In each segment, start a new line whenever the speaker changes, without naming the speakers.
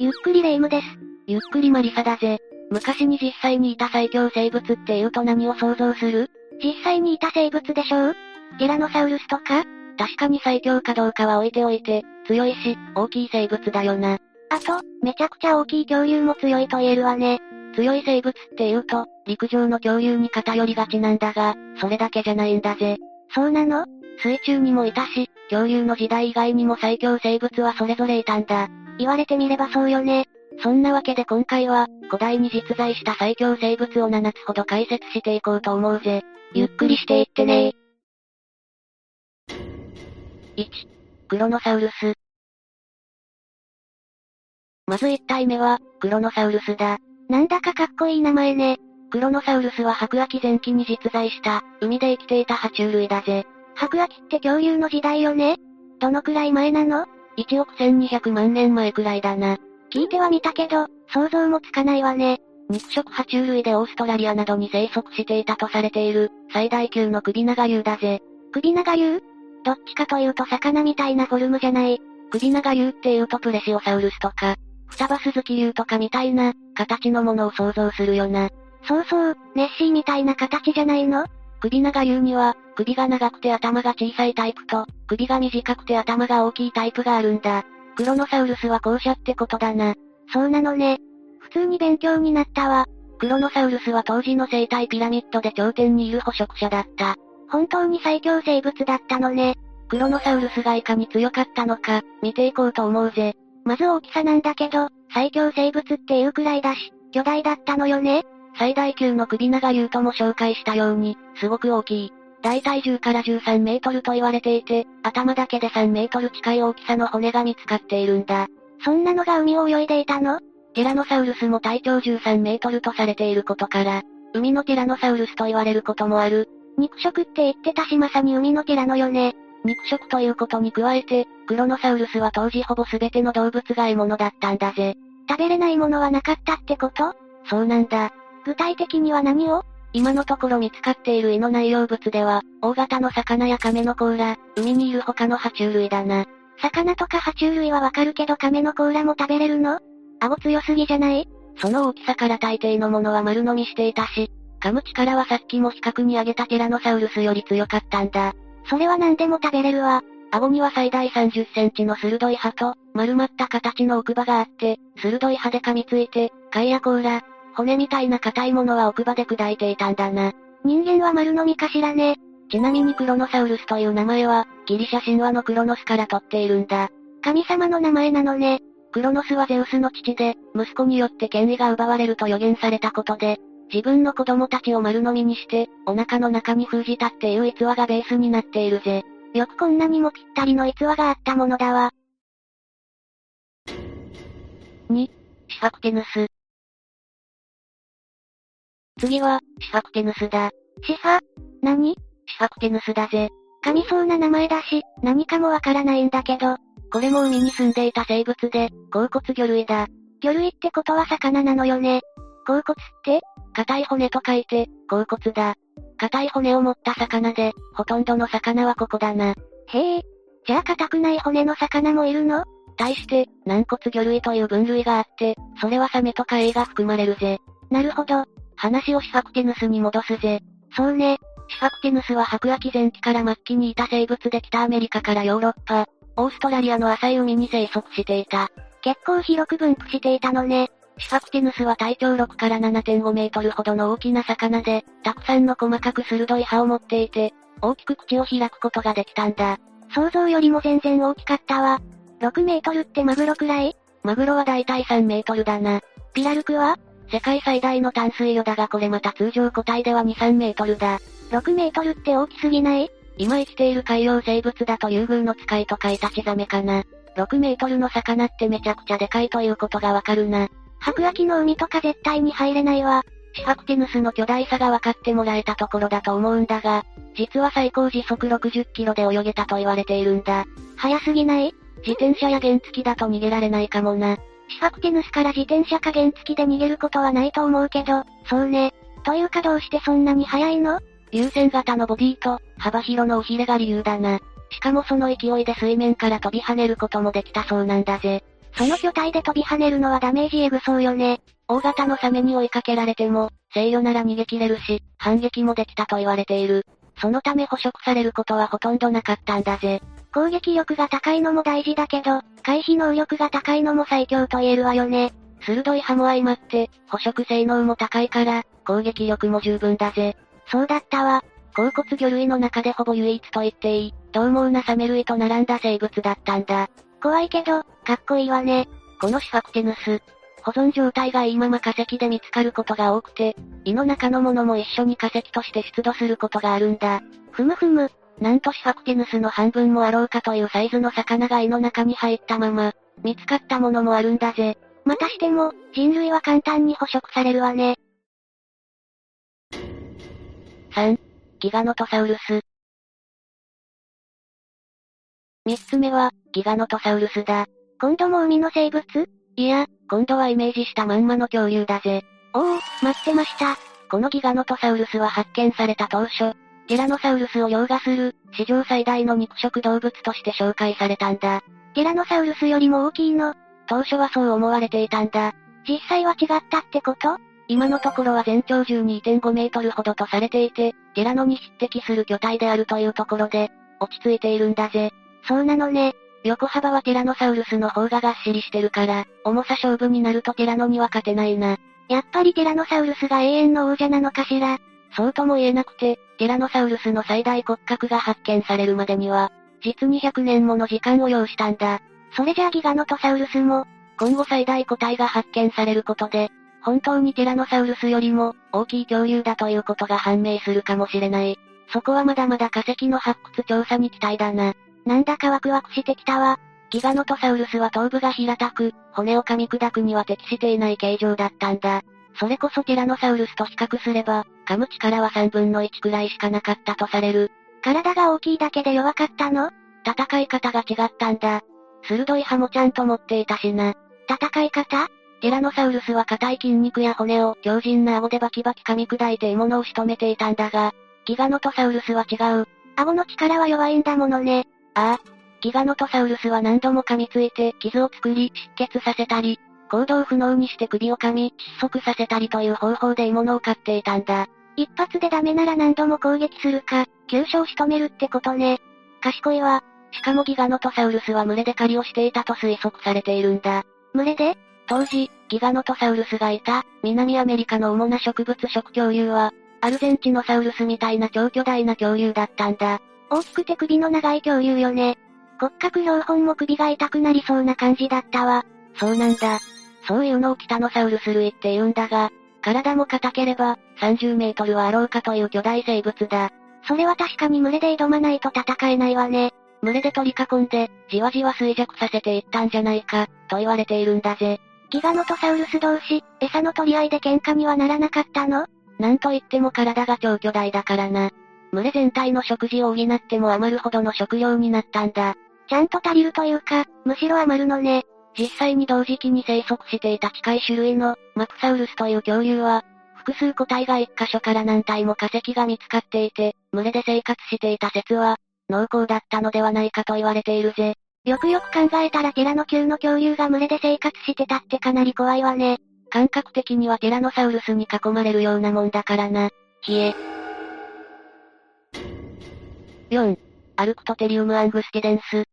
ゆっくりレ夢ムです。
ゆっくりマリサだぜ。昔に実際にいた最強生物って言うと何を想像する
実際にいた生物でしょうティラノサウルスとか
確かに最強かどうかは置いておいて、強いし、大きい生物だよな。
あと、めちゃくちゃ大きい恐竜も強いと言えるわね。
強い生物って言うと、陸上の恐竜に偏りがちなんだが、それだけじゃないんだぜ。
そうなの
水中にもいたし、恐竜の時代以外にも最強生物はそれぞれいたんだ。
言われてみればそうよね。
そんなわけで今回は、古代に実在した最強生物を7つほど解説していこうと思うぜ。ゆっくりしていってね1、クロノサウルス。まず1体目は、クロノサウルスだ。
なんだかかっこいい名前ね。
クロノサウルスは白亜紀前期に実在した、海で生きていた爬虫類だぜ。
白亜紀って恐竜の時代よねどのくらい前なの
?1 億1200万年前くらいだな。
聞いては見たけど、想像もつかないわね。
肉食爬虫類でオーストラリアなどに生息していたとされている、最大級の首長竜だぜ。
首長竜どっちかというと魚みたいなフォルムじゃない。
首長竜っていうとプレシオサウルスとか、双葉鈴木竜とかみたいな、形のものを想像するよな。
そうそう、ネッシーみたいな形じゃないの
首長竜には、首が長くて頭が小さいタイプと、首が短くて頭が大きいタイプがあるんだ。クロノサウルスは後者ってことだな。
そうなのね。普通に勉強になったわ。
クロノサウルスは当時の生態ピラミッドで頂点にいる捕食者だった。
本当に最強生物だったのね。
クロノサウルスがいかに強かったのか、見ていこうと思うぜ。
まず大きさなんだけど、最強生物っていうくらいだし、巨大だったのよね。
最大級の首長竜とも紹介したように、すごく大きい。大体10から13メートルと言われていて、頭だけで3メートル近い大きさの骨が見つかっているんだ。
そんなのが海を泳いでいたの
ティラノサウルスも体長13メートルとされていることから、海のティラノサウルスと言われることもある。
肉食って言ってたしまさに海のティラノよね。
肉食ということに加えて、クロノサウルスは当時ほぼ全ての動物が獲物だったんだぜ。
食べれないものはなかったってこと
そうなんだ。
具体的には何を
今のところ見つかっている胃の内容物では、大型の魚や亀の甲羅、海にいる他の爬虫類だな。
魚とか爬虫類はわかるけど亀の甲羅も食べれるの顎強すぎじゃない
その大きさから大抵のものは丸飲みしていたし、噛む力はさっきも比較に挙げたティラノサウルスより強かったんだ。
それは何でも食べれるわ。
顎には最大30センチの鋭い歯と、丸まった形の奥歯があって、鋭い歯で噛みついて、貝や甲羅、骨みたいな硬いものは奥歯で砕いていたんだな。
人間は丸飲みかしらね。
ちなみにクロノサウルスという名前は、ギリシャ神話のクロノスから取っているんだ。
神様の名前なのね。
クロノスはゼウスの父で、息子によって権威が奪われると予言されたことで、自分の子供たちを丸飲みにして、お腹の中に封じたっていう逸話がベースになっているぜ。
よくこんなにもぴったりの逸話があったものだわ。
2、シファクテヌス。次は、シファクテヌスだ。
シファ何
シファクテヌスだぜ。
噛みそうな名前だし、何かもわからないんだけど、
これも海に住んでいた生物で、甲骨魚類だ。
魚類ってことは魚なのよね。甲骨って
硬い骨と書いて、甲骨だ。硬い骨を持った魚で、ほとんどの魚はここだな。
へえ。じゃあ硬くない骨の魚もいるの
対して、軟骨魚類という分類があって、それはサメとかエイが含まれるぜ。
なるほど。
話をシファクテヌスに戻すぜ。
そうね。
シファクテヌスは白亜紀前期から末期にいた生物で北アメリカからヨーロッパ、オーストラリアの浅い海に生息していた。
結構広く分布していたのね。
シファクテヌスは体長6から7.5メートルほどの大きな魚で、たくさんの細かく鋭い歯を持っていて、大きく口を開くことができたんだ。
想像よりも全然大きかったわ。6メートルってマグロくらい
マグロはだいたい3メートルだな。
ピラルクは
世界最大の淡水魚だがこれまた通常個体では2、3メートルだ。
6メートルって大きすぎない
今生きている海洋生物だと優遇の使いと書いたチザメかな。6メートルの魚ってめちゃくちゃでかいということがわかるな。
白亜紀の海とか絶対に入れないわ。
シファクティヌスの巨大さが分かってもらえたところだと思うんだが、実は最高時速60キロで泳げたと言われているんだ。
速すぎない
自転車や原付きだと逃げられないかもな。
シファクティヌスから自転車か原付きで逃げることはないと思うけど、そうね。というかどうしてそんなに速いの
優先型のボディと、幅広のおひれが理由だな。しかもその勢いで水面から飛び跳ねることもできたそうなんだぜ。
その巨体で飛び跳ねるのはダメージエグそうよね。
大型のサメに追いかけられても、制御なら逃げ切れるし、反撃もできたと言われている。そのため捕食されることはほとんどなかったんだぜ。
攻撃力が高いのも大事だけど、回避能力が高いのも最強と言えるわよね。
鋭い歯も相まって、捕食性能も高いから、攻撃力も十分だぜ。
そうだったわ。
甲骨魚類の中でほぼ唯一と言っていい、獰猛なサメ類と並んだ生物だったんだ。
怖いけど、かっこいいわね。
このシファクティヌス。保存状態がいいまま化石で見つかることが多くて、胃の中のものも一緒に化石として出土することがあるんだ。
ふむふむ。
なんとシファクティヌスの半分もあろうかというサイズの魚が胃の中に入ったまま、見つかったものもあるんだぜ。
またしても、人類は簡単に捕食されるわね。
3、ギガノトサウルス。三つ目は、ギガノトサウルスだ。
今度も海の生物
いや、今度はイメージしたまんまの恐竜だぜ。
おお、待ってました。
このギガノトサウルスは発見された当初、ティラノサウルスを凌駕する、史上最大の肉食動物として紹介されたんだ。
ティラノサウルスよりも大きいの、
当初はそう思われていたんだ。
実際は違ったってこと
今のところは全長12.5メートルほどとされていて、ティラノに匹敵する巨体であるというところで、落ち着いているんだぜ。
そうなのね。
横幅はティラノサウルスの方ががっしりしてるから、重さ勝負になるとティラノには勝てないな。
やっぱりティラノサウルスが永遠の王者なのかしら。
そうとも言えなくて、ティラノサウルスの最大骨格が発見されるまでには、実に100年もの時間を要したんだ。
それじゃあギガノトサウルスも、
今後最大個体が発見されることで、本当にティラノサウルスよりも大きい恐竜だということが判明するかもしれない。そこはまだまだ化石の発掘調査に期待だな。
なんだかワクワクしてきたわ。
ギガノトサウルスは頭部が平たく、骨を噛み砕くには適していない形状だったんだ。それこそティラノサウルスと比較すれば、噛む力は3分の1くらいしかなかったとされる。
体が大きいだけで弱かったの
戦い方が違ったんだ。鋭い歯もちゃんと持っていたしな。
戦い方
ティラノサウルスは硬い筋肉や骨を強靭な顎でバキバキ噛み砕いて獲物を仕留めていたんだが、ギガノトサウルスは違う。
顎の力は弱いんだものね。
ああ。ギガノトサウルスは何度も噛みついて傷を作り、失血させたり、行動不能にして首を噛み、窒息させたりという方法で獲物を飼っていたんだ。
一発でダメなら何度も攻撃するか、急所を仕留めるってことね。賢いわ。
しかもギガノトサウルスは群れで狩りをしていたと推測されているんだ。
群れで
当時、ギガノトサウルスがいた、南アメリカの主な植物食恐竜は、アルゼンチノサウルスみたいな超巨大な恐竜だったんだ。
大きくて首の長い恐竜よね。骨格標本も首が痛くなりそうな感じだったわ。
そうなんだ。そういうのをキタノサウルス類って言うんだが、体も硬ければ、30メートルはあろうかという巨大生物だ。
それは確かに群れで挑まないと戦えないわね。
群れで取り囲んで、じわじわ衰弱させていったんじゃないか、と言われているんだぜ。
ギガノトサウルス同士、餌の取り合いで喧嘩にはならなかったの
なんといっても体が超巨大だからな。群れ全体の食事を補っても余るほどの食料になったんだ。
ちゃんと足りるというか、むしろ余るのね。
実際に同時期に生息していた近い種類の、マクサウルスという恐竜は、複数個体が一箇所から何体も化石が見つかっていて、群れで生活していた説は、濃厚だったのではないかと言われているぜ。
よくよく考えたらティラノ級の恐竜が群れで生活してたってかなり怖いわね。
感覚的にはティラノサウルスに囲まれるようなもんだからな。冷え。4. アルクトテリウムアングスティデンス。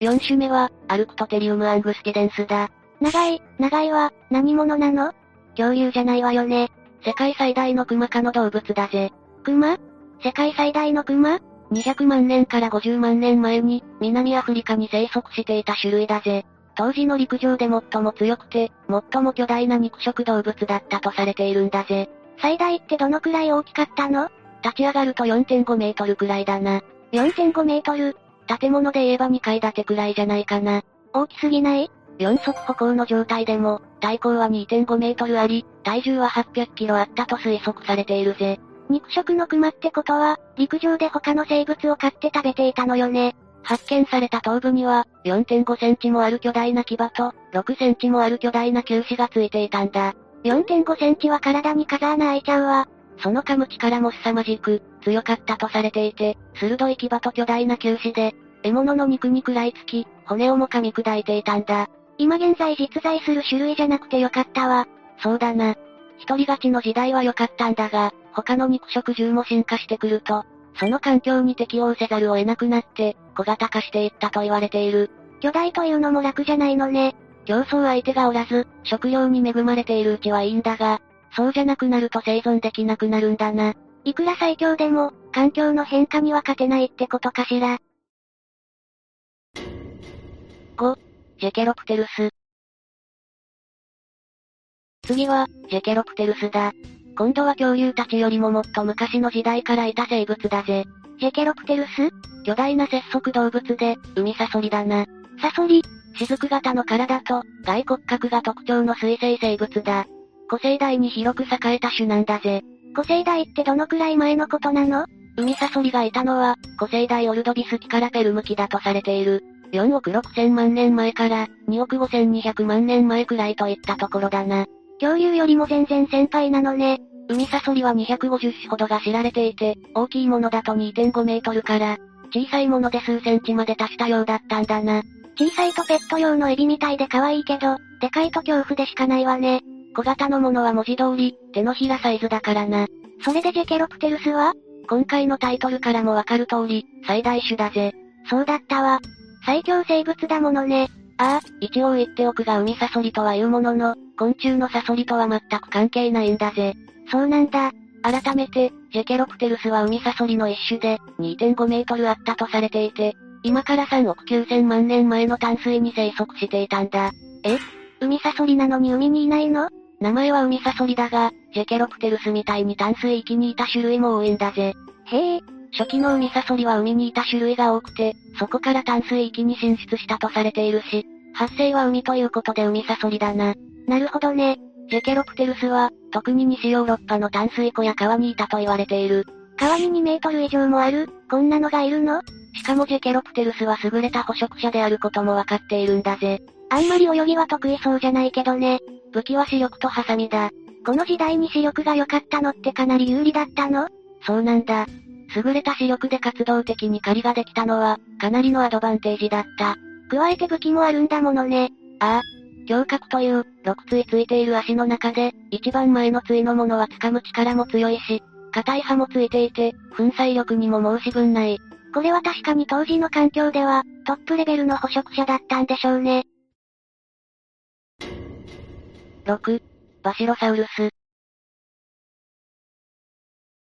4種目は、アルクトテリウムアングスティデンスだ。
長い、長いは、何者なの
恐竜じゃないわよね。世界最大のクマ科の動物だぜ。
クマ世界最大のクマ
?200 万年から50万年前に、南アフリカに生息していた種類だぜ。当時の陸上で最も強くて、最も巨大な肉食動物だったとされているんだぜ。
最大ってどのくらい大きかったの
立ち上がると4.5メートルくらいだな。
4.5メートル
建物で言えば2階建てくらいじゃないかな。
大きすぎない
四足歩行の状態でも、体高は2.5メートルあり、体重は800キロあったと推測されているぜ。
肉食のクマってことは、陸上で他の生物を飼って食べていたのよね。
発見された頭部には、4.5センチもある巨大な牙と、6センチもある巨大な球歯がついていたんだ。
4.5センチは体に風穴開いちゃうわ。
その噛む力も凄まじく、強かったとされていて、鋭い牙と巨大な球歯で、獲物の肉に食らいつき、骨をも噛み砕いていたんだ。
今現在実在する種類じゃなくてよかったわ。
そうだな。一人勝ちの時代は良かったんだが、他の肉食獣も進化してくると、その環境に適応せざるを得なくなって、小型化していったと言われている。
巨大というのも楽じゃないのね。
競争相手がおらず、食料に恵まれているうちはいいんだが、そうじゃなくなると生存できなくなるんだな。
いくら最強でも、環境の変化には勝てないってことかしら。
5、ジェケロプテルス。次は、ジェケロプテルスだ。今度は恐竜たちよりももっと昔の時代からいた生物だぜ。
ジェケロプテルス
巨大な節足動物で、海サソリだな。
サソリ
雫型の体と、外骨格が特徴の水生生物だ。古生代に広く栄えた種なんだぜ。
古生代ってどのくらい前のことなの
海サソリがいたのは、古生代オルドビス紀からペルム紀だとされている。4億6000万年前から、2億5200万年前くらいといったところだな。
恐竜よりも全然先輩なのね。
海サソリは250種ほどが知られていて、大きいものだと2.5メートルから、小さいもので数センチまで達したようだったんだな。
小さいとペット用のエビみたいで可愛いけど、でかいと恐怖でしかないわね。
小型のものは文字通り、手のひらサイズだからな。
それでジェケロプテルスは
今回のタイトルからもわかる通り、最大種だぜ。
そうだったわ。最強生物だものね。
ああ、一応言っておくが海サソリとは言うものの、昆虫のサソリとは全く関係ないんだぜ。
そうなんだ。
改めて、ジェケロプテルスは海サソリの一種で、2.5メートルあったとされていて、今から3億9000万年前の淡水に生息していたんだ。
え海サソリなのに海にいないの
名前は海サソリだが、ジェケロプテルスみたいに淡水域にいた種類も多いんだぜ。
へえ。
初期の海サソリは海にいた種類が多くて、そこから淡水域に進出したとされているし、発生は海ということで海サソリだな。
なるほどね。
ジェケロプテルスは、特に西ヨーロッパの淡水湖や川にいたと言われている。
川に2メートル以上もあるこんなのがいるの
しかもジェケロプテルスは優れた捕食者であることもわかっているんだぜ。
あんまり泳ぎは得意そうじゃないけどね。
武器は視力とハサミだ。
この時代に視力が良かったのってかなり有利だったの
そうなんだ。優れた視力で活動的に狩りができたのは、かなりのアドバンテージだった。
加えて武器もあるんだものね。
ああ。胸郭という、6ついついている足の中で、一番前のついのものは掴む力も強いし、硬い歯もついていて、粉砕力にも申し分ない。
これは確かに当時の環境では、トップレベルの捕食者だったんでしょうね。
6、バシロサウルス。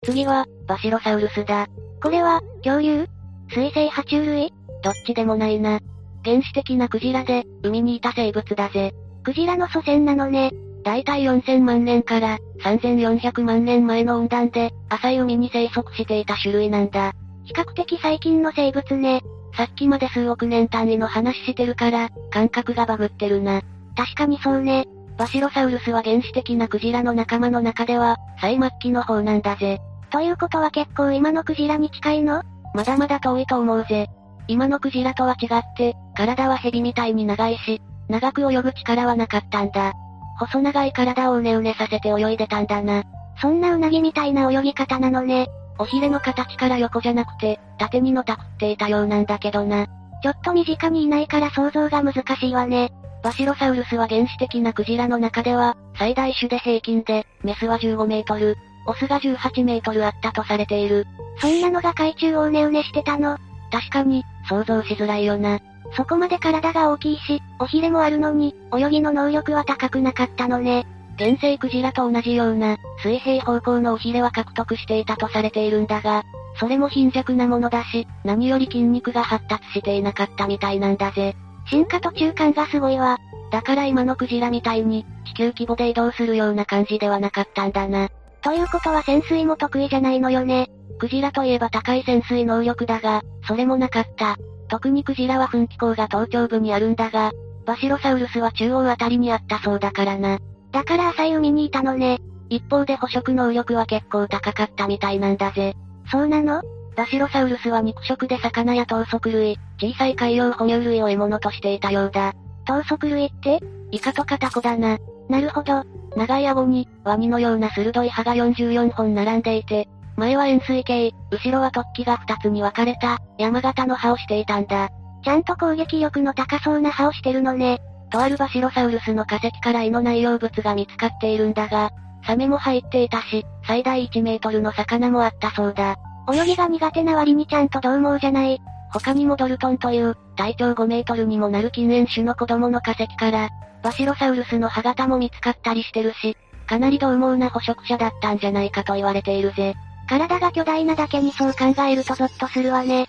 次は、バシロサウルスだ。
これは、恐竜水生爬虫類
どっちでもないな。原始的なクジラで、海にいた生物だぜ。
クジラの祖先なのね。
だいたい4000万年から3400万年前の温暖で、浅い海に生息していた種類なんだ。
比較的最近の生物ね。
さっきまで数億年単位の話してるから、感覚がバグってるな。
確かにそうね。
バシロサウルスは原始的なクジラの仲間の中では、最末期の方なんだぜ。
ということは結構今のクジラに近いの
まだまだ遠いと思うぜ。今のクジラとは違って、体はヘビみたいに長いし、長く泳ぐ力はなかったんだ。細長い体をうねうねさせて泳いでたんだな。
そんなうなぎみたいな泳ぎ方なのね。
おひれの形から横じゃなくて、縦にのたくっていたようなんだけどな。
ちょっと身近にいないから想像が難しいわね。
バシロサウルスは原始的なクジラの中では、最大種で平均で、メスは15メートル、オスが18メートルあったとされている。
そんなのが海中をうねうねしてたの。
確かに、想像しづらいよな。
そこまで体が大きいし、おひれもあるのに、泳ぎの能力は高くなかったのね。
原生クジラと同じような、水平方向のおひれは獲得していたとされているんだが、それも貧弱なものだし、何より筋肉が発達していなかったみたいなんだぜ。
進化途中感がすごいわ。
だから今のクジラみたいに、地球規模で移動するような感じではなかったんだな。
ということは潜水も得意じゃないのよね。
クジラといえば高い潜水能力だが、それもなかった。特にクジラは噴気口が頭頂部にあるんだが、バシロサウルスは中央あたりにあったそうだからな。
だから浅い海にいたのね。
一方で捕食能力は結構高かったみたいなんだぜ。
そうなの
バシロサウルスは肉食で魚や頭足類、小さい海洋哺乳類を獲物としていたようだ。
頭足類って
イカとカタコだな。
なるほど。
長い顎に、ワニのような鋭い歯が44本並んでいて、前は円錐形、後ろは突起が2つに分かれた、山形の歯をしていたんだ。
ちゃんと攻撃力の高そうな歯をしてるのね。
とあるバシロサウルスの化石から胃の内容物が見つかっているんだが、サメも入っていたし、最大1メートルの魚もあったそうだ。
泳ぎが苦手な割にちゃんと獰猛じゃない。
他にもドルトンという、体長5メートルにもなる禁煙種の子供の化石から、バシロサウルスの歯型も見つかったりしてるし、かなり獰猛な捕食者だったんじゃないかと言われているぜ。
体が巨大なだけにそう考えるとゾッとするわね。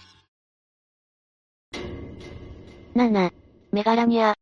7、メガラニア。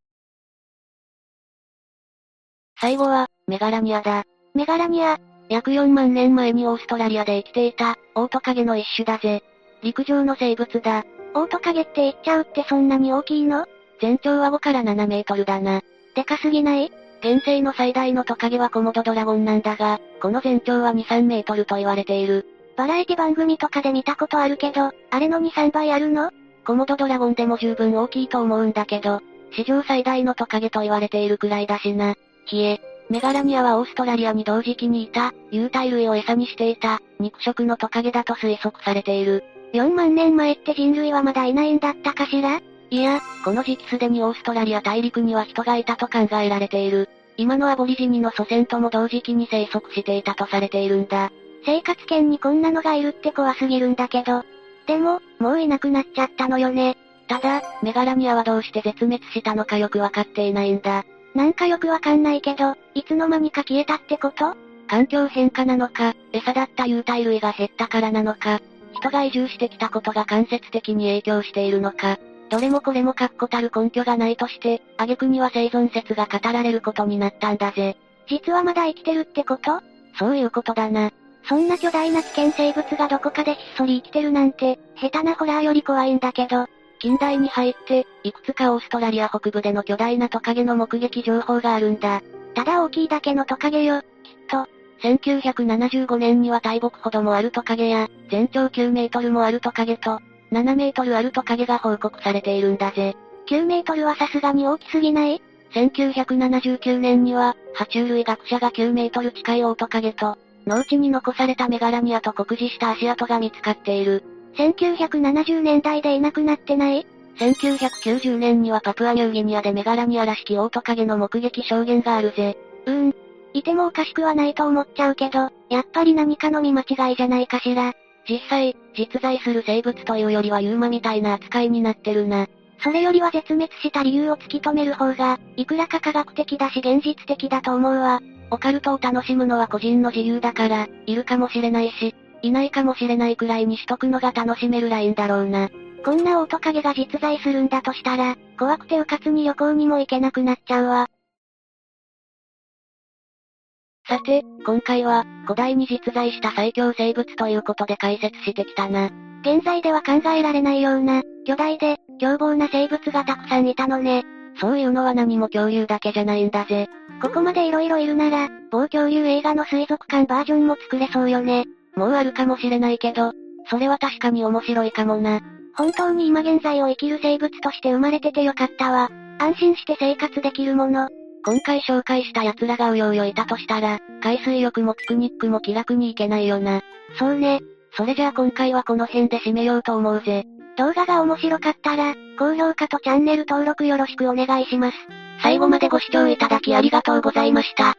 最後は、メガラニアだ。
メガラニア、
約4万年前にオーストラリアで生きていた、オオトカゲの一種だぜ。陸上の生物だ。
オオトカゲって言っちゃうってそんなに大きいの
全長は5から7メートルだな。
でかすぎない
現生の最大のトカゲはコモドドラゴンなんだが、この全長は2、3メートルと言われている。
バラエティ番組とかで見たことあるけど、あれの2、3倍あるの
コモドドラゴンでも十分大きいと思うんだけど、史上最大のトカゲと言われているくらいだしな。ひえ、メガラニアはオーストラリアに同時期にいた、有袋類を餌にしていた、肉食のトカゲだと推測されている。
4万年前って人類はまだいないんだったかしら
いや、この時期すでにオーストラリア大陸には人がいたと考えられている。今のアボリジニの祖先とも同時期に生息していたとされているんだ。
生活圏にこんなのがいるって怖すぎるんだけど。でも、もういなくなっちゃったのよね。
ただ、メガラニアはどうして絶滅したのかよくわかっていないんだ。
なんかよくわかんないけど、いつの間にか消えたってこと
環境変化なのか、餌だった有袋類が減ったからなのか、人が移住してきたことが間接的に影響しているのか、どれもこれも確固たる根拠がないとして、挙句には生存説が語られることになったんだぜ。
実はまだ生きてるってこと
そういうことだな。
そんな巨大な危険生物がどこかでひっそり生きてるなんて、下手なホラーより怖いんだけど、
近代に入って、いくつかオーストラリア北部での巨大なトカゲの目撃情報があるんだ。
ただ大きいだけのトカゲよ。
1975年には大木ほどもあるトカゲや、全長9メートルもあるトカゲと、7メートルあるトカゲが報告されているんだぜ。
9メートルはさすがに大きすぎない
1979年には、爬虫類学者が9メートル近いオオトカゲと、農地に残されたメガラニアと酷似した足跡が見つかっている。
?1970 年代でいなくなってない
1990年にはパプアニューギニアでメガラニアらしきオオトカゲの目撃証言があるぜ。
うーん。いてもおかしくはないと思っちゃうけど、やっぱり何かの見間違いじゃないかしら。
実際、実在する生物というよりはユーマみたいな扱いになってるな。
それよりは絶滅した理由を突き止める方が、いくらか科学的だし現実的だと思うわ。
オカルトを楽しむのは個人の自由だから、いるかもしれないし、いないかもしれないくらいにしとくのが楽しめるラインだろうな。
こんなオオトカゲが実在するんだとしたら、怖くてうかつに旅行にも行けなくなっちゃうわ。
さて、今回は、古代に実在した最強生物ということで解説してきたな。
現在では考えられないような、巨大で、凶暴な生物がたくさんいたのね。
そういうのは何も恐竜だけじゃないんだぜ。
ここまで色々いるなら、某恐竜映画の水族館バージョンも作れそうよね。
もうあるかもしれないけど、それは確かに面白いかもな。
本当に今現在を生きる生物として生まれててよかったわ。安心して生活できるもの。
今回紹介した奴らがうようよいたとしたら、海水浴もピクニックも気楽に行けないよな。
そうね。
それじゃあ今回はこの辺で締めようと思うぜ。
動画が面白かったら、高評価とチャンネル登録よろしくお願いします。
最後までご視聴いただきありがとうございました。